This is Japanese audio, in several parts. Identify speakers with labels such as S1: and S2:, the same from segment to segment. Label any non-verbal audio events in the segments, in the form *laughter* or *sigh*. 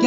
S1: ギ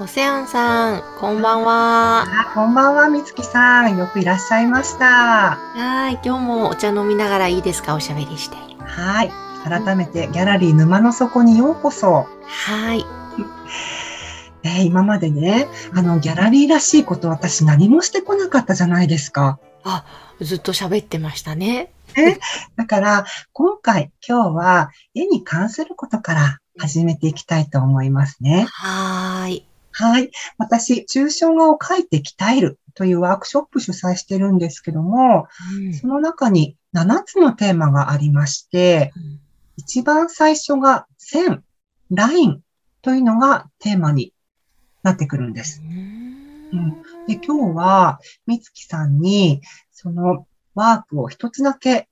S2: オセアンさん、こんばんは。
S1: あこんばんはみつきさんよくいらっしゃいました
S2: はい、今日もお茶飲みながらいいですか、おしゃべりして。
S1: はい改めてギャラリー沼の底にようこそ、
S2: はい。
S1: えー今までねあのギャラリーらしいこと私何もしてこなかったじゃないですか
S2: ずっと喋ってましたね。
S1: だから今回今日は絵に関することから始めていきたいと思いますね
S2: はーい。
S1: はい。私、抽象画を描いて鍛えるというワークショップ主催してるんですけども、その中に7つのテーマがありまして、
S2: うん
S1: 一番最初が線、ラインというのがテーマになってくるんです。うんで、今日は、みつきさんに、そのワークを一つだけ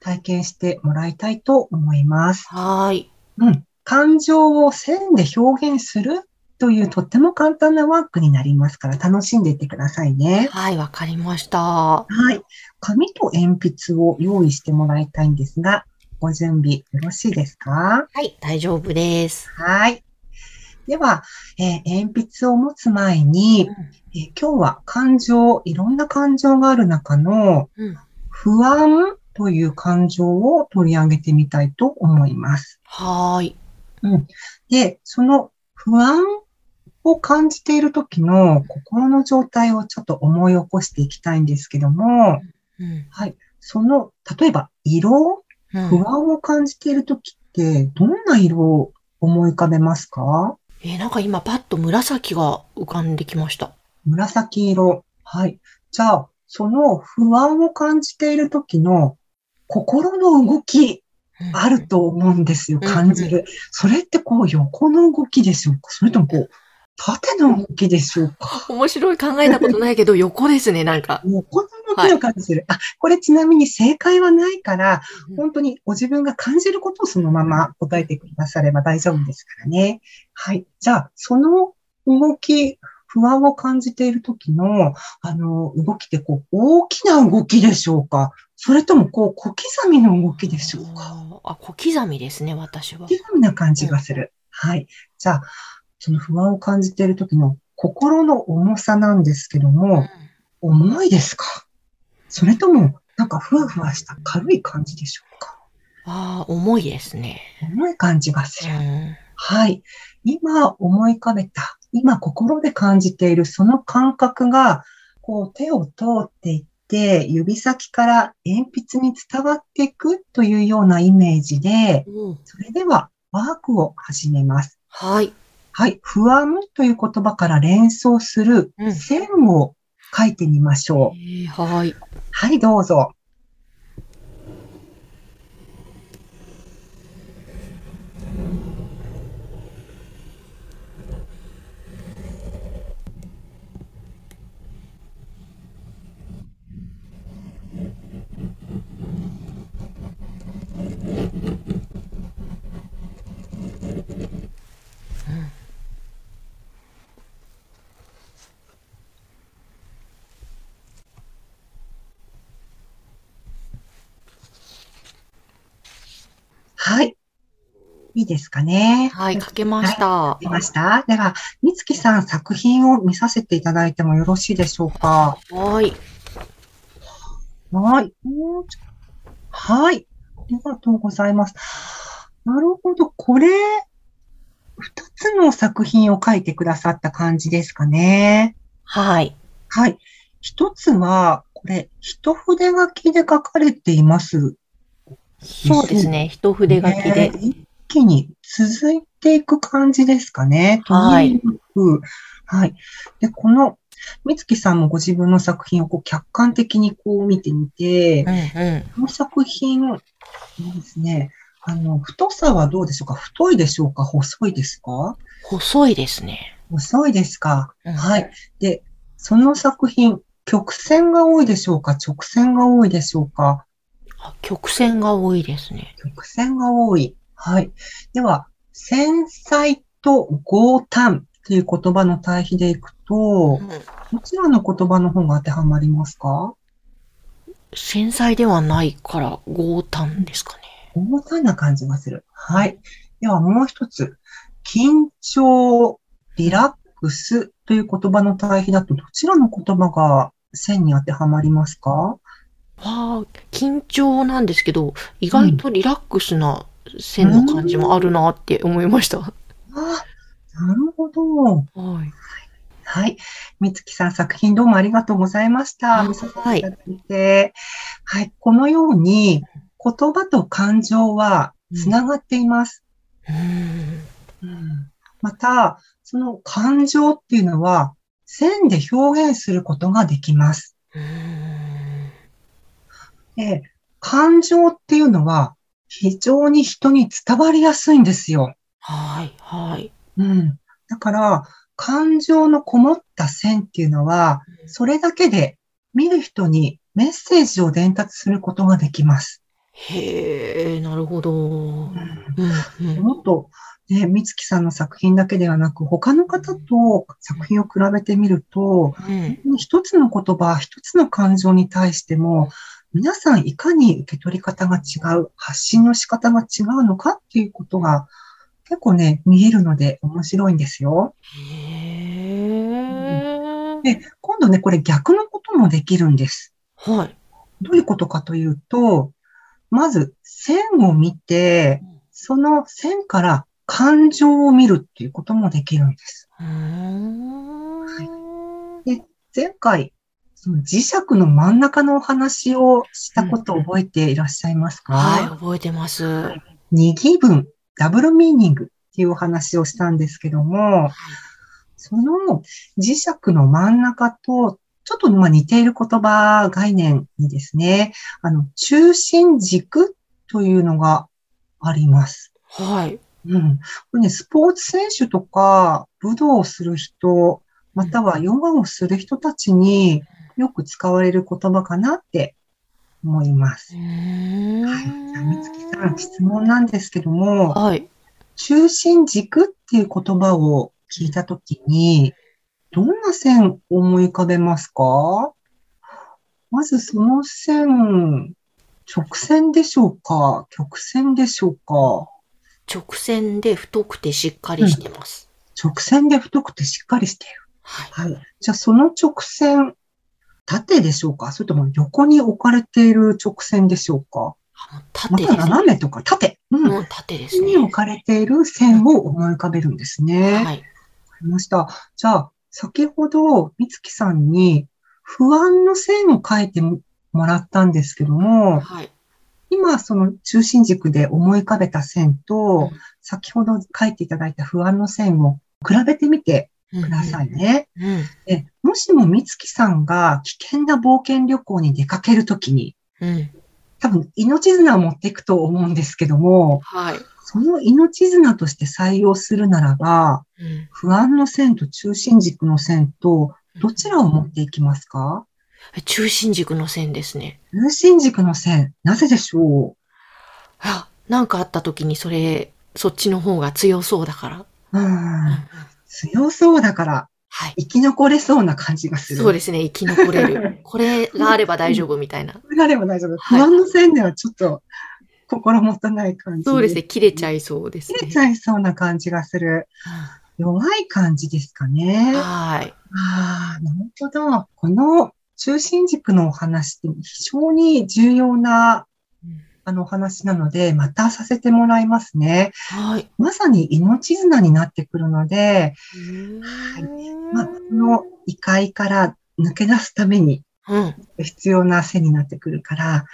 S1: 体験してもらいたいと思います。
S2: はーい。
S1: うん。感情を線で表現するというとっても簡単なワークになりますから楽しんでいってくださいね。
S2: はい、わかりました。
S1: はい。紙と鉛筆を用意してもらいたいんですが、ご準備よろしいですか
S2: はい、大丈夫です。
S1: はい。では、えー鉛筆を持つ前に、えー今日は感情、いろんな感情がある中の
S2: うん
S1: 不安という感情を取り上げてみたいと思います。
S2: はーい。
S1: で、その不安を感じている時の心の状態をちょっと思い起こしていきたいんですけども、
S2: うん
S1: その、例えば色、
S2: うん
S1: 不安を感じている時って、どんな色を思い浮かべますか
S2: えーなんか今パッと紫が浮かんできました。
S1: 紫色。はい。じゃあ、その不安を感じている時の心の動き
S2: うん
S1: あると思うんですよ。
S2: うん
S1: 感じる。それってこう横の動きでしょうかそれともこう縦の動きでしょうか
S2: 面白い考えたことないけど、横ですね、なんか。
S1: もうこんな動きを感じる。あ、これちなみに正解はないから
S2: うん、
S1: 本当にご自分が感じることをそのまま答えてくだされば大丈夫ですからね。はい。じゃあ、その動き、不安を感じている時の、あの、動きってこう、大きな動きでしょうかそれともこう、小刻みの動きでしょうか
S2: あ、小刻みですね、私は
S1: 小。刻みな感じがする。はい。じゃあ、その不安を感じている時の心の重さなんですけども、重いですかそれとも、なんかふわふわした軽い感じでしょうか
S2: ああ、重いですね。
S1: 重い感じがす
S2: う
S1: る。
S2: ん
S1: はい。今思い浮かべた、今心で感じているその感覚が、こう手を通っていって、指先から鉛筆に伝わっていくというようなイメージで、
S2: うん
S1: それではワークを始めます。
S2: はい。
S1: はい。不安という言葉から連想する
S2: うん
S1: 線を書いてみましょう。
S2: えーはい。
S1: はい、どうぞ。はい。いいですかね。
S2: はい、
S1: わか
S2: 書けました。
S1: りました。では、みつきさん作品を見させていただいてもよろしいでしょうか。
S2: はい。
S1: はい。もうちょはい。ありがとうございます。なるほど。これ、二つの作品を書いてくださった感じですかね。
S2: はい。
S1: はい。一つは、これ、一筆書きで書かれています。
S2: そうですね、一筆書きで
S1: ね。一気に続いていく感じですかね。
S2: はい
S1: とにかく。はい。で、この、美月さんもご自分の作品をこう客観的にこう見てみて、
S2: うんうん。
S1: この作品、そうですね、あの、太さはどうでしょうか太いでしょうか細いですか
S2: 細いですね。
S1: 細いですか、
S2: うん
S1: はい。で、その作品、曲線が多いでしょうか直線が多いでしょうか
S2: あ曲線が多いですね。
S1: 曲線が多い。はい。では、繊細と強端という言葉の対比でいくと、どちらの言葉の方が当てはまりますか
S2: 繊細ではないから強端ですかね。
S1: 重たな感じがする。はい。ではもう一つ。緊張、リラックスという言葉の対比だと、どちらの言葉が線に当てはまりますか
S2: ああ、緊張なんですけど、意外とリラックスな線の感じもあるなって思いました。は
S1: あなるほど。
S2: い。
S1: はい。みつきさん、作品どうもありがとうございました。見させていただいて。はい。このように、言葉と感情はつながっています。
S2: うん。
S1: また、その感情っていうのは、線で表現することができます。
S2: うん
S1: で感情っていうのは、非常に人に伝わりやすいんですよ。
S2: はい、はい。
S1: うん。だから、感情のこもった線っていうのは、それだけで見る人にメッセージを伝達することができます。
S2: へえ、なるほど。うん、うん
S1: もっと、ね、美月さんの作品だけではなく、他の方と作品を比べてみると、
S2: うん。
S1: 一つの言葉、一つの感情に対しても、皆さんいかに受け取り方が違う、発信の仕方が違うのかっていうことが結構ね、見えるので面白いんですよ。
S2: へえ。
S1: で、今度ね、これ逆のこともできるんです。
S2: はい。
S1: どういうことかというと、まず線を見て、その線から感情を見るっていうこともできるんです。
S2: うん。
S1: 前回、その磁石の真ん中のお話をしたことを覚えていらっしゃいますか、
S2: はい、覚えてます。は
S1: 二義分、ダブルミーニングっていうお話をしたんですけども、その磁石の真ん中と、ちょっとまあ似ている言葉概念にですね、あの、中心軸というのがあります。
S2: い。
S1: うん。これね、スポーツ選手とか、武道をする人、またはヨガをする人たちによく使われる言葉かなって思います。
S2: うん
S1: はい。じゃあ、みつきさん、質問なんですけども、
S2: はい。
S1: 中心軸っていう言葉を聞いたときに、どんな線を思い浮かべますかまずその線、直線でしょうか曲線でしょうか
S2: 直線で太くてしっかりしてます。
S1: 直線で太くてしっかりしている。
S2: はい。
S1: はい。じゃあその直線、縦でしょうかそれとも横に置かれている直線でしょうか
S2: あの
S1: ま
S2: 縦
S1: た
S2: です。
S1: 斜めとか縦。うん。
S2: うん、縦です
S1: に置
S2: ね。
S1: かれている線を思い浮かべるんですね。
S2: はい。
S1: わかりました。じゃあ、先ほど、美月さんに不安の線を書いてもらったんですけども、
S2: はい。
S1: 今、その中心軸で思い浮かべた線と
S2: うん、
S1: 先ほど書いていただいた不安の線を比べてみて
S2: く
S1: ください。ね。
S2: うん。
S1: でもしも美月さんが危険な冒険旅行に出かけるときに、
S2: うん。
S1: 多分命綱を持っていくと思うんですけども、
S2: はい。
S1: その命綱として採用するならば、
S2: うん
S1: 不安の線と中心軸の線と、どちらを持っていきますか
S2: 中心軸の線ですね。
S1: 中心軸の線、なぜでしょ
S2: あ、なんかあった時にそれ、そっちの方が強そうだから。
S1: うう、
S2: うんうんん
S1: 強そうだから
S2: はい。
S1: 生き残れそうな感じがする。
S2: そうですね。生き残
S1: *laughs*
S2: れる。これがあれば大丈夫みたいな。
S1: これがあれば大丈夫。
S2: は
S1: 不
S2: い
S1: 安の線ではちょっと心もとない感じ。
S2: そうですね。。切れちゃいそうですね。
S1: 切れちゃいそうな感じがする。弱い感じですかね。
S2: はい。
S1: ああ、なるほど。この中心軸のお話って非常に重要な
S2: うん
S1: あのお話なので、またさせてもらいますね。
S2: はい。
S1: まさに命綱になってくるので、まあ、この異界から抜け出すために
S2: うん。
S1: 必要な線になってくるから、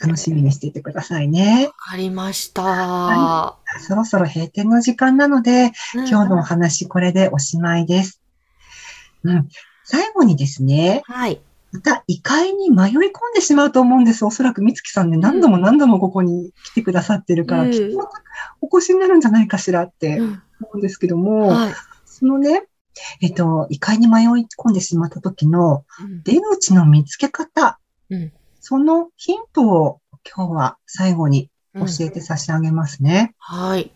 S1: 楽しみにしていてくださいね。
S2: わかりました。
S1: そろそろ閉店の時間なので、今日のお
S2: は、
S1: 話これでおしまいです。うん、最後にですね、
S2: はい。
S1: また異界に迷い込んでしまうと思うんです。おそらく美月さんね、何度も何度もここに来てくださってるから、
S2: うん
S1: きっとお越しになるんじゃないかしらって
S2: うん
S1: 思うんですけども、
S2: はい。
S1: そのね、えっと、異界に迷い込んでしまった時の
S2: うん
S1: 出口の見つけ方、
S2: うん
S1: そのヒントを今日は最後に教えて差し上げますね。
S2: はい。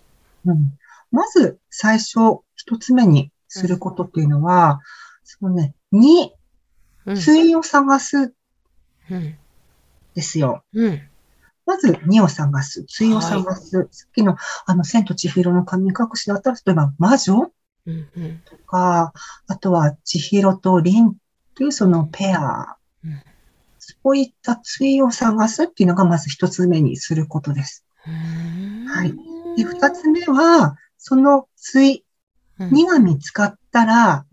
S1: うんまず最初一つ目にすることっていうのは、そのね、に、
S2: うん
S1: 対を探す
S2: うん。
S1: ですよ。
S2: うん。
S1: まず、2を探す、対を探す、さっきの、あの、千と千尋の神隠しだったら、例えば、魔女
S2: うん。うん。
S1: とか、あとは、千尋と凛というそのペア
S2: うん。
S1: そういった対を探すっていうのが、まず一つ目にすることです。はいで、二つ目は、その対、2が見つかったら、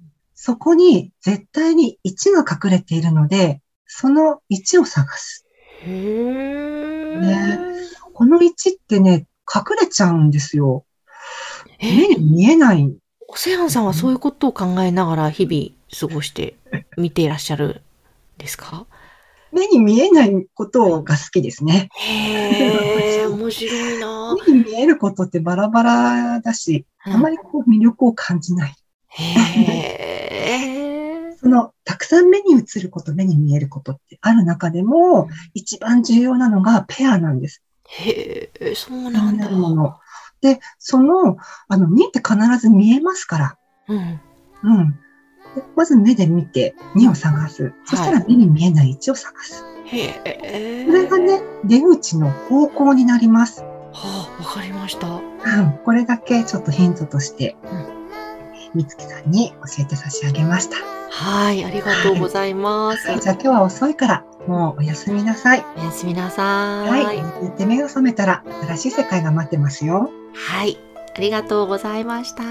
S1: そこに絶対に1が隠れているので、その1を探す。
S2: へー
S1: ねこの1ってね、隠れちゃうんですよ。
S2: え
S1: 目に見えない。
S2: おせやんさんはそういうことを考えながら日々過ごして見ていらっしゃるんですか
S1: 目に見えないことが好きですね。
S2: へえ、面白いな
S1: 目に見えることってバラバラだし、あま
S2: り。
S1: りこう魅力を感じない。
S2: へえ。
S1: その、たくさん目に映ること、目に見えることってある中でも、一番重要なのがペアなんです。
S2: へえ、そう
S1: ペア
S2: なん
S1: にな
S2: だ。
S1: るもの。で、その、あの、2って必ず見えますから。
S2: うん。
S1: うん。でまず目で見て、2を探す。そしたら目に見えない1を探す。
S2: へえ。
S1: これがね、出口の方向になります。
S2: はあ、わかりました。
S1: う
S2: は
S1: んこれだけちょっとヒントとして
S2: ん、
S1: みつきさんに教えて差し上げました。
S2: い、ありがとうございます。
S1: じゃあ今日は遅いから、もうおやすみなさい。
S2: おやすみなさ。
S1: はいい。寝て目が覚めたら、新しい世界が待ってますよ。
S2: はい、ありがとうございました。
S1: い